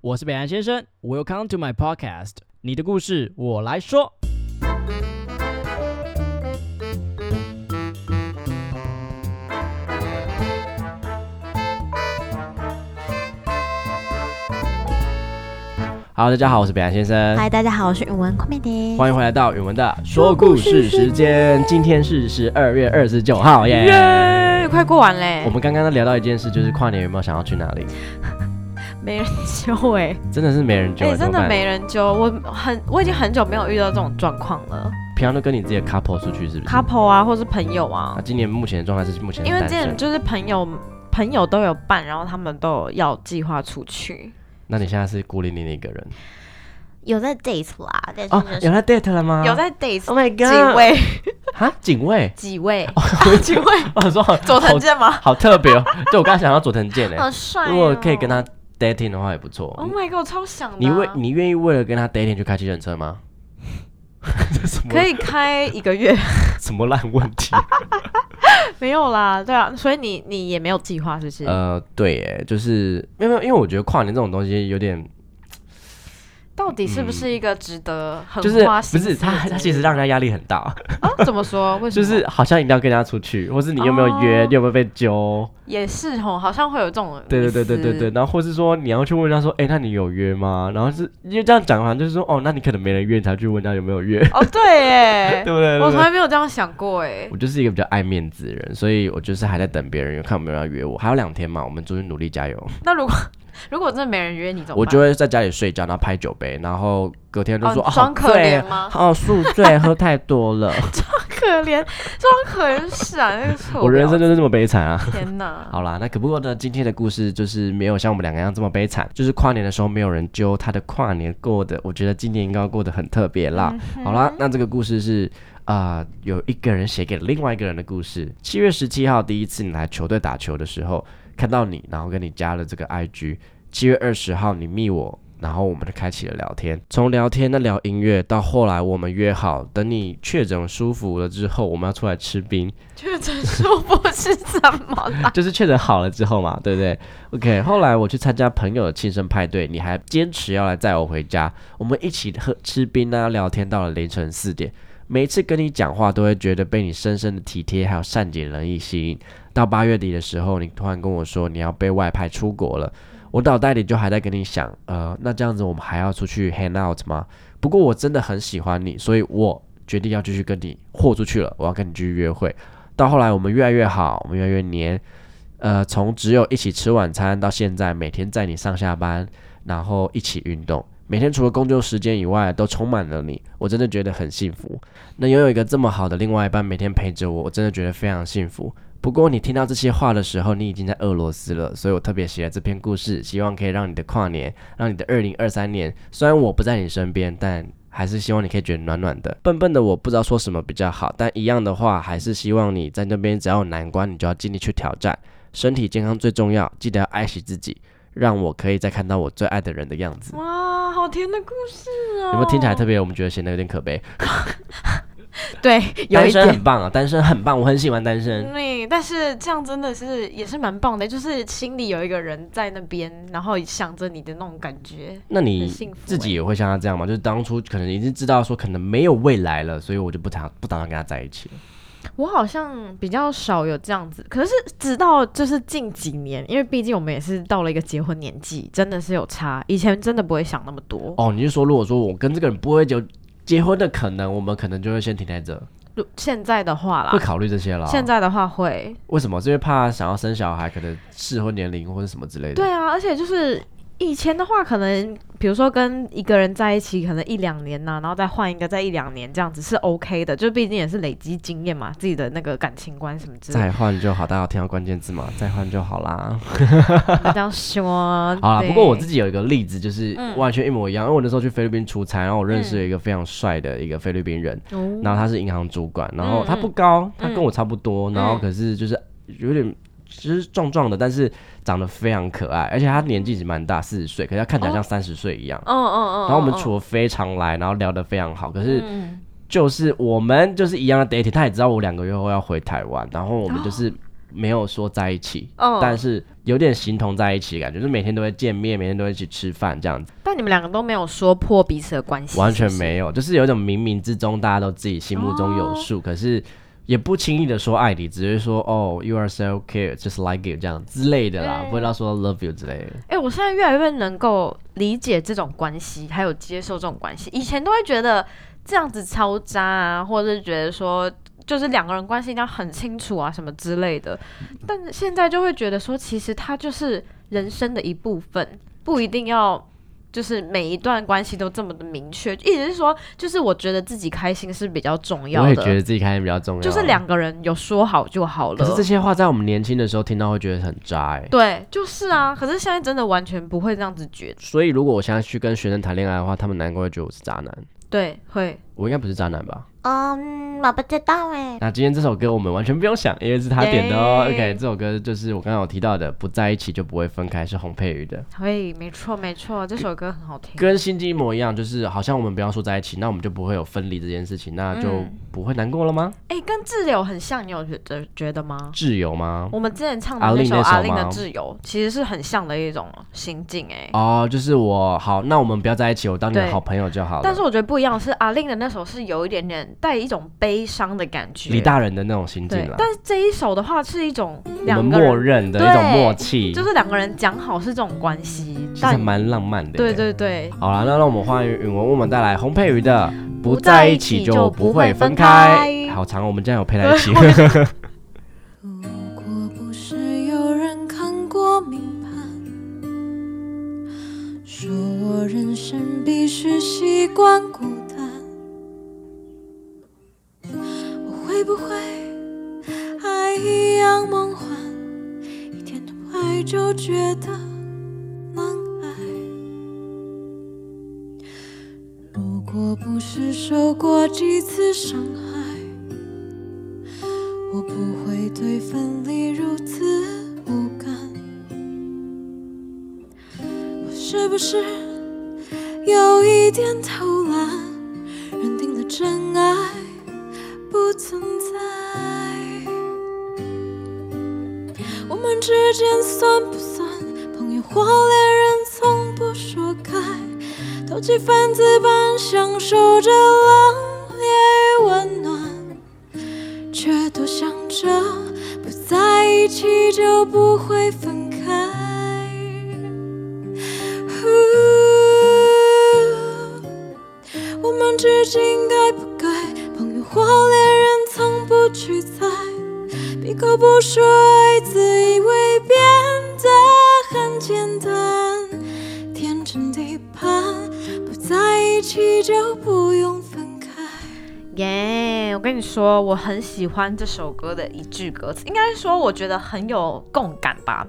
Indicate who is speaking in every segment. Speaker 1: 我是北岸先生，Welcome to my podcast，你的故事我来说。Hello，大家好，我是北岸先生。
Speaker 2: 嗨，大家好，我是宇文快面迪。
Speaker 1: 欢迎回来到宇文的说故事时间，今天是十二月二十九号耶。
Speaker 2: 耶，快过完嘞
Speaker 1: 我，们刚刚聊到一件事，就是跨年有没有想要去哪里？
Speaker 2: 没人揪哎、
Speaker 1: 真的是没人揪、
Speaker 2: 哎、
Speaker 1: 怎
Speaker 2: 真
Speaker 1: 么
Speaker 2: 的
Speaker 1: 办
Speaker 2: 没人揪，我很我已经很久没有遇到这种状况了
Speaker 1: 平常都跟你自己的 couple 出去是不是？
Speaker 2: ，couple 啊，或是朋友
Speaker 1: 啊
Speaker 2: 啊，，
Speaker 1: 今年目前的状态是目前是
Speaker 2: 因为
Speaker 1: 单
Speaker 2: 之前
Speaker 1: 身。
Speaker 2: 就是朋友朋友都有办，然后他们都有要计划出去，
Speaker 1: 那你现在是孤零零的一个人
Speaker 3: 有在 date 啦，啊但
Speaker 1: 哦
Speaker 3: 是就？是、
Speaker 1: 有在 date 了吗？
Speaker 2: 有在 dates
Speaker 1: Oh my
Speaker 2: 几
Speaker 1: god！
Speaker 2: 位。
Speaker 1: 哈，警卫
Speaker 2: 几位
Speaker 1: 警卫。 我说好
Speaker 2: 佐藤健吗？
Speaker 1: 好特别哦，就我刚刚想到佐藤健哎，
Speaker 3: 好帅、哦。
Speaker 1: 如果可以跟他 dating 的话也不错。
Speaker 2: ，Oh my god，我超想的啊、
Speaker 1: 你为你愿意为了跟他 dating 去开计程车吗？ 这什么
Speaker 2: 可以开一个月
Speaker 1: 什么烂问题？
Speaker 2: 没有啦，对啊，所以你你也没有计划是不是？
Speaker 1: 呃，对，哎，就是没有没有，因为我觉得跨年这种东西有点，
Speaker 2: 到底是不是一个值得
Speaker 1: 嗯
Speaker 2: 很
Speaker 1: 就是
Speaker 2: 花
Speaker 1: 不
Speaker 2: 心思
Speaker 1: 是
Speaker 2: 的
Speaker 1: 他他其实让人家压力很大，
Speaker 2: 啊？怎么说？为
Speaker 1: 就
Speaker 2: 什么？
Speaker 1: 是好像一定要跟人家出去，或是你有没有约，
Speaker 2: 哦
Speaker 1: 你有没有被揪？
Speaker 2: 也是吼，好像会有这种
Speaker 1: 对对对对对对，
Speaker 2: 意思
Speaker 1: 然后或是说你要去问人家说，哎，那你有约吗？然后是因为这样讲的话，就是说，哦，那你可能没人约，你才去问人家有没有约，
Speaker 2: 哦，对耶
Speaker 1: 对，不对？对
Speaker 2: 我
Speaker 1: 不
Speaker 2: 从
Speaker 1: 对
Speaker 2: 来没有这样想过哎
Speaker 1: 我。就是一个比较爱面子的人，所以我就是还在等别人有看有没有人要约我，还有两天嘛，我们就是努力加油。
Speaker 2: 那如果如果真的没人约你怎么办？
Speaker 1: 我就会在家里睡觉，然后拍酒杯，然后隔天就
Speaker 2: 哦
Speaker 1: 说
Speaker 2: 你
Speaker 1: 啊，
Speaker 2: 装
Speaker 1: 好
Speaker 2: 可
Speaker 1: 醉
Speaker 2: 怜
Speaker 1: 啊，
Speaker 2: 吗？
Speaker 1: 哦，宿醉，喝太多了。
Speaker 2: 可怜，装可怜是啊，那个错。
Speaker 1: 我人生就是这么悲惨啊！
Speaker 2: 天哪！
Speaker 1: 好啦，那可不过呢，今天的故事就是没有像我们两个一样这么悲惨，就是跨年的时候没有人揪他的跨年过的，我觉得今年应该过得很特别啦。好啦，那这个故事是啊、呃有一个人写给另外一个人的故事。七月十七号第一次你来球队打球的时候，看到你，然后跟你加了这个 IG。七月二十号你密我。然后我们就开启了聊天，从聊天那聊音乐到后来我们约好，等你确诊舒服了之后，我们要出来吃冰。
Speaker 2: 确诊舒服是什么 啦？
Speaker 1: 就是确诊好了之后嘛，对不对？OK，后来我去参加朋友的庆生派对，你还坚持要来载我回家，我们一起喝吃冰啊，聊天到了凌晨四点。每一次跟你讲话，都会觉得被你深深的体贴还有善解人意吸引。到八月底的时候，你突然跟我说你要被外派出国了，我脑袋里就还在跟你想，呃，那这样子我们还要出去 hang out 吗？不过我真的很喜欢你，所以我决定要继续跟你豁出去了，我要跟你继续约会。到后来我们越来越好，我们越来越黏，呃，从只有一起吃晚餐到现在，每天载你上下班，然后一起运动，每天除了工作时间以外，都充满了你，我真的觉得很幸福。能拥有一个这么好的另外一半，每天陪着我，我真的觉得非常幸福。不过你听到这些话的时候，你已经在俄罗斯了，所以我特别写了这篇故事，希望可以让你的跨年，让你的二零二三年，虽然我不在你身边，但还是希望你可以觉得暖暖的。笨笨的我不知道说什么比较好，但一样的话，还是希望你在那边只要有难关，你就要尽力去挑战。身体健康最重要，记得要爱惜自己，让我可以再看到我最爱的人的样子。
Speaker 2: 哇，好甜的故事哦！
Speaker 1: 有没有听起来特别？我们觉得显得有点可悲。
Speaker 2: 对，有
Speaker 1: 单
Speaker 2: 一
Speaker 1: 身
Speaker 2: 点
Speaker 1: 很。棒啊，单身很棒，我很喜欢单身。
Speaker 2: 对，但是这样真的是也是蛮棒的，就是心里有一个人在那边，然后想着你的那种感觉，
Speaker 1: 那
Speaker 2: 很
Speaker 1: 你
Speaker 2: 幸福欸。
Speaker 1: 自己也会像他这样吗？就是当初可能已经知道说可能没有未来了，所以我就不打不打算跟他在一起了。
Speaker 2: 我好像比较少有这样子，可是直到就是近几年，因为毕竟我们也是到了一个结婚年纪，真的是有差。以前真的不会想那么多，
Speaker 1: 哦，你是说如果说我跟这个人不会有结婚的可能，我们可能就会先停在这，
Speaker 2: 如现在的话
Speaker 1: 会
Speaker 2: 啦，
Speaker 1: 考虑这些了。
Speaker 2: 现在的话会，
Speaker 1: 为什么？是因为怕想要生小孩，可能适婚年龄或者什么之类的。
Speaker 2: 对啊，而且就是以前的话，可能比如说跟一个人在一起，可能一两年呐、然后再换一个，再一两年这样子是 OK 的，就毕竟也是累积经验嘛，自己的那个感情观什么之类 的。
Speaker 1: 再换就好，大家有听到关键字嘛？再换就好啦。，
Speaker 2: 不能这样说
Speaker 1: 好啦，
Speaker 2: 嗯对
Speaker 1: 不过我自己有一个例子，就是
Speaker 2: 嗯
Speaker 1: 完全一模一样。因为我那时候去菲律宾出差，然后我认识了一个非常帅的一个菲律宾人，
Speaker 2: 哦
Speaker 1: 然后他是银行主管，然后
Speaker 2: 嗯
Speaker 1: 他不高，他跟
Speaker 2: 嗯
Speaker 1: 我差不多，然后
Speaker 2: 嗯
Speaker 1: 可是就是有点。就是壮壮的，但是长得非常可爱，而且他年纪也蛮大，四十岁，可是他看起来像三十岁一样。
Speaker 2: 嗯嗯嗯，
Speaker 1: 然后我们
Speaker 2: 嗯
Speaker 1: 处得非常来，然后聊得非常好，可是
Speaker 2: 嗯哦
Speaker 1: 就是我们就是一样的 dating，他也知道我两个月后要回台湾，然后我们就是没有说在一起，
Speaker 2: 嗯
Speaker 1: 但是有点形同在一起的感觉，就是每天都会见面，每天都会一起吃饭这样子，
Speaker 2: 但你们两个都没有说破彼此的关系，
Speaker 1: 完全
Speaker 2: 是不是。
Speaker 1: 没有，就是有一种冥冥之中大家都自己心目中有
Speaker 2: 哦
Speaker 1: 数，可是也不轻易的说爱你，只是说哦，you are so cute，just like you 这样之类的啦，
Speaker 2: 嗯
Speaker 3: 对
Speaker 1: 不会到说 love you 之类的。
Speaker 2: 哎、我现在越来越能够理解这种关系，还有接受这种关系。以前都会觉得这样子超渣啊，或者是觉得说就是两个人关系一定要很清楚啊什么之 类的，但是现在就会觉得说，其实它就是人生的一部分，不一定要。就是每一段关系都这么的明确，意思是说，就是我觉得自己开心是比较重要
Speaker 1: 我
Speaker 2: 的，
Speaker 1: 也觉得自己开心比较重要，啊
Speaker 2: 就是两个人有说好就好了。
Speaker 1: 可是这些话在我们年轻的时候听到会觉得很渣哎、
Speaker 2: 对，就是啊。可是现在真的完全不会这样子觉得，
Speaker 1: 所以如果我现在去跟学生谈恋爱的话，他们难怪会觉得我是渣男。
Speaker 2: 对，会
Speaker 1: 我应该不是渣男 吧？
Speaker 3: 嗯，我不知道哎，
Speaker 1: 那今天这首歌我们完全不用想，因为是他点的哦。
Speaker 2: 耶
Speaker 1: OK，这首歌就是我刚刚有提到的，《不在一起就不会分开》，是洪佩瑜的，
Speaker 2: 会，没错没错，这首歌很好听。
Speaker 1: 跟心机一模一样，就是好像我们不要说在一起，那我们就不会有分离这件事情，那就
Speaker 2: 嗯
Speaker 1: 不会难过了吗？
Speaker 2: 哎、跟挚友很像，你有觉得觉得吗？
Speaker 1: 挚友吗？
Speaker 2: 我们之前唱的
Speaker 1: 阿
Speaker 2: 那
Speaker 1: 令
Speaker 2: 首
Speaker 1: 那首
Speaker 2: 阿令的
Speaker 1: 吗
Speaker 2: 《挚友》，其实是很像的一种心境哎、
Speaker 1: 哦，就是我好，那我们不要在一起，我当你的
Speaker 2: 对
Speaker 1: 好朋友就好了。
Speaker 2: 但是我觉得不一样的是，阿令的那首是有一点点带一种悲伤的感觉。
Speaker 1: 李大人的那种心境
Speaker 2: 对
Speaker 1: 啦，，
Speaker 2: 但是这一首的话是一种
Speaker 1: 我们
Speaker 2: 两个
Speaker 1: 默
Speaker 2: 人，
Speaker 1: 认的
Speaker 2: 对
Speaker 1: 一种默契，
Speaker 2: 就是两个人讲好是这种关系，
Speaker 1: 其实
Speaker 2: 但
Speaker 1: 蛮浪漫的。
Speaker 2: 对对对，
Speaker 1: 好了，那让我们欢迎允文为我们带来洪佩瑜 的《不
Speaker 3: 不
Speaker 1: 在
Speaker 3: 在
Speaker 1: 一
Speaker 3: 一
Speaker 1: 起
Speaker 3: 起
Speaker 1: 就
Speaker 3: 就
Speaker 1: 不
Speaker 3: 不
Speaker 1: 会
Speaker 3: 会
Speaker 1: 分
Speaker 3: 分
Speaker 1: 开
Speaker 3: 开》。
Speaker 1: 好长，我们竟然有配在一起。
Speaker 4: 如果不是有人看过命盘，说我人生必须习惯孤单，我会不会还一样梦幻？一天都不爱就觉得难挨。如果不是受过几次伤害。我不会对分离如此无感。我是不是有一点偷懒，认定了真爱不存在？我们之间算不算朋友或恋人？从不说开，投机分子般享受着冷冽与温暖。却多想着不在一起就不会分开。呜我们之间该不该朋友或恋人，从不去猜，闭口不说爱，自以为变得很简单，天真地盼不在一起就不用分开。
Speaker 2: 耶我跟你说，我很喜欢这首歌的一句歌词，应该说我觉得很有共感吧。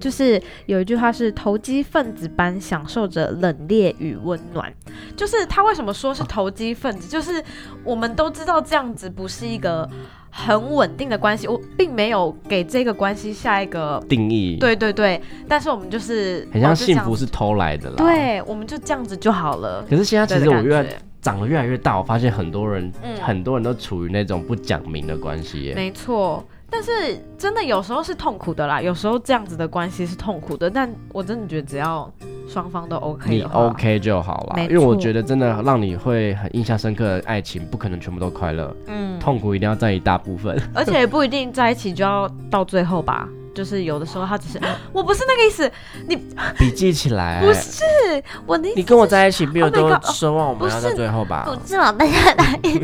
Speaker 2: 就是有一句话是“投机分子般享受着冷冽与温暖”，就是他为什么说
Speaker 1: 哦
Speaker 2: 是投机分子？就是我们都知道这样子不是一个很稳定的关系，我并没有给这个关系下一个
Speaker 1: 定义，，
Speaker 2: 对对对，但是我们就是
Speaker 1: 很像
Speaker 2: 哦就这
Speaker 1: 幸
Speaker 2: 样
Speaker 1: 福
Speaker 2: 子
Speaker 1: 是偷来的啦。。
Speaker 2: 对，我们就这样子就好了。
Speaker 1: 可是现在其实我越
Speaker 2: 对的感觉
Speaker 1: 长得越来越大，我发现很多人，
Speaker 2: 嗯
Speaker 1: 很多人都处于那种不讲明的关系耶。
Speaker 2: 没错，但是真的有时候是痛苦的啦，有时候这样子的关系是痛苦的，但我真的觉得只要双方都 OK
Speaker 1: 你
Speaker 2: 的话
Speaker 1: OK 就好啦，
Speaker 2: 没
Speaker 1: 因
Speaker 2: 错
Speaker 1: 为我觉得真的让你会很印象深刻的爱情，不可能全部都快乐，
Speaker 2: 嗯，
Speaker 1: 痛苦一定要占一大部 分。
Speaker 2: 而且也不一定在一起就要到最后吧。就是有的时候他只是，
Speaker 1: 啊
Speaker 2: 我不是那个意思，
Speaker 1: 笔记起来，
Speaker 2: 不是我的意思，
Speaker 1: 哎你跟我在一起，没有
Speaker 2: Oh my
Speaker 1: 都
Speaker 2: God，哦
Speaker 1: 奢望我
Speaker 2: 不
Speaker 1: 们
Speaker 2: 是
Speaker 1: 要到最后吧？
Speaker 3: 不知道大家哪一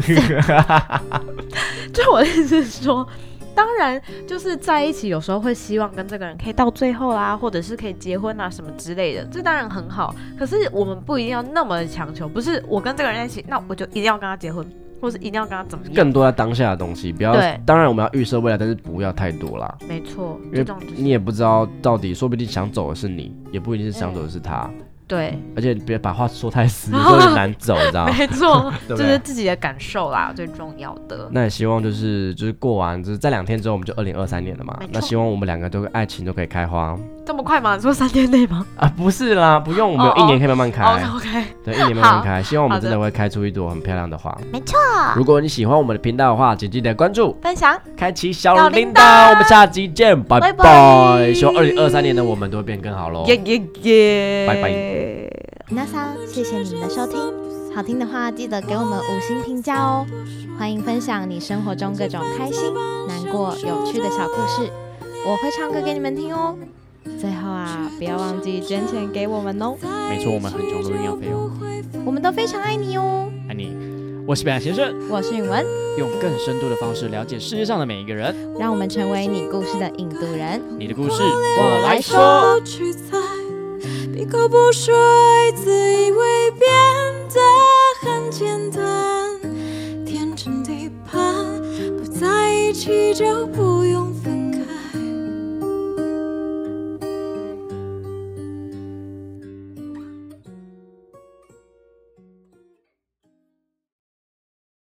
Speaker 2: 就我的意思是说，当然就是在一起，有时候会希望跟这个人可以到最后啦，或者是可以结婚啊什么之类的，这当然很好。可是我们不一定要那么强求，不是我跟这个人在一起，那我就一定要跟他结婚，或是一定要跟他怎么样？
Speaker 1: 更多在当下的东西，不要
Speaker 2: 对。
Speaker 1: 当然我们要预设未来，但是不要太多啦，
Speaker 2: 没错，
Speaker 1: 因
Speaker 2: 这
Speaker 1: 为
Speaker 2: 种就是
Speaker 1: 你也不知道到底，说不定想走的是你，也不一定是想走的是他，
Speaker 2: 嗯对，
Speaker 1: 而且你别把话说太 死，有时候很难走，你知道吗？
Speaker 2: 没错，
Speaker 1: 啊 对不
Speaker 2: 就是
Speaker 1: 对？
Speaker 2: 自己的感受啦，最重要的。
Speaker 1: 那也希望就是就是过完，就是在两天之后我们就二零二三年了嘛
Speaker 2: 没。错
Speaker 1: 那希望我们两个都爱情都可以开花，
Speaker 2: 这么快吗？你说三天内吗
Speaker 1: 啊，不是啦，不用，我们有一年可以慢慢开。
Speaker 2: ？OK
Speaker 1: 对，一年慢慢
Speaker 2: 哦好
Speaker 1: 开，希望我们
Speaker 2: 好的
Speaker 1: 真的会开出一朵很漂亮的花。
Speaker 3: 没错，
Speaker 1: 如果你喜欢我们的频道的话，请记得关注、
Speaker 2: 分享，
Speaker 1: 开启小
Speaker 2: 小
Speaker 1: 铃
Speaker 2: 铃
Speaker 1: 铛。
Speaker 2: 铛
Speaker 1: 我们下期见，拜
Speaker 3: 拜
Speaker 1: 拜。希望二零二三年的我们都会变更好喽。
Speaker 2: 耶耶耶，
Speaker 1: 哦拜
Speaker 2: 拜。
Speaker 5: 那桑，谢谢你们的收听，好听的话记得给我们五星评价哦。欢迎分享你生活中各种开心、难过、有趣的小故事，我会唱歌给你们听哦。最后啊，不要忘记捐钱给我们哦，
Speaker 6: 没错，我们很穷都营养费用。
Speaker 5: 我们都非常爱你哦。
Speaker 6: 爱你，我是北海先生，
Speaker 5: 我是允文，
Speaker 6: 用更深度的方式了解世界上的每一个人。
Speaker 5: 让我们成为你故事的引渡人。
Speaker 6: 你的故事我来说。
Speaker 4: 说去猜，闭口不说爱，自以为变得很简单，天真地盼，不在一起就不